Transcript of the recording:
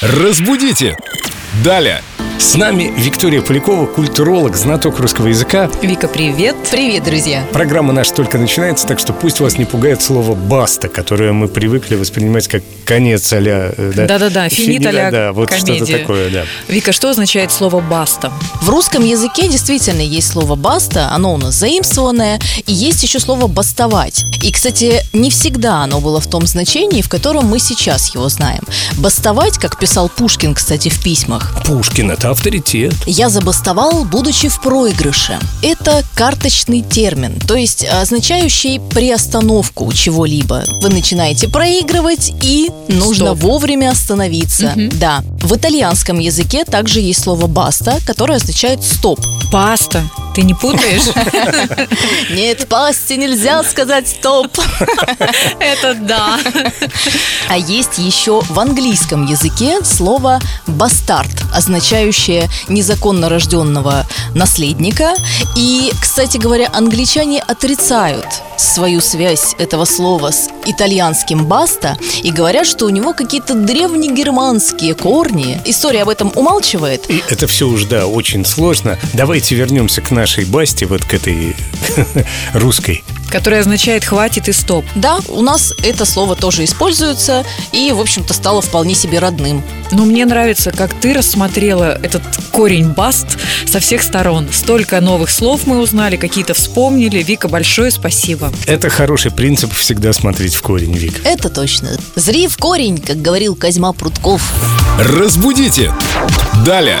Разбудите! Далее! С нами Виктория Полякова, культуролог, знаток русского языка. Вика, привет. Привет, друзья. Программа наша только начинается, так что пусть вас не пугает слово «баста», которое мы привыкли воспринимать как конец а-ля... э, Да-да-да, финит а-ля Да, вот что-то комедия. такое, да. Вика, что означает слово «баста»? В русском языке действительно есть слово «баста», оно у нас заимствованное, и есть еще слово «бастовать». И, кстати, не всегда оно было в том значении, в котором мы сейчас его знаем. «Бастовать», как писал Пушкин, кстати, в письмах, Пушкин — это авторитет. «я забастовал, будучи в проигрыше». Это карточный термин, то есть означающий приостановку чего-либо. Вы начинаете проигрывать, и нужно Стоп. вовремя остановиться. Мгм. Да. В итальянском языке также есть слово «баста», которое означает «стоп». Паста. Ты не путаешь? Нет, пасти нельзя сказать стоп. Это да. А есть еще в английском языке слово бастард, означающее незаконно рожденного наследника. И, кстати говоря, англичане отрицают свою связь этого слова с итальянским баста и говорят, что у него какие-то древнегерманские корни. История об этом умалчивает. И это все уж, да, очень сложно. Давайте вернемся к нашей басте, вот к этой русской. Которое означает «хватит и стоп». Да, у нас это слово тоже используется и, в общем-то, стало вполне себе родным. Но мне нравится, как ты рассмотрела этот корень «баст» со всех сторон. Столько новых слов мы узнали, какие-то вспомнили. Вика, большое спасибо. Это хороший принцип всегда смотреть в корень, Вик. Это точно. Зри в корень, как говорил Козьма Прутков. Разбудите! Далее!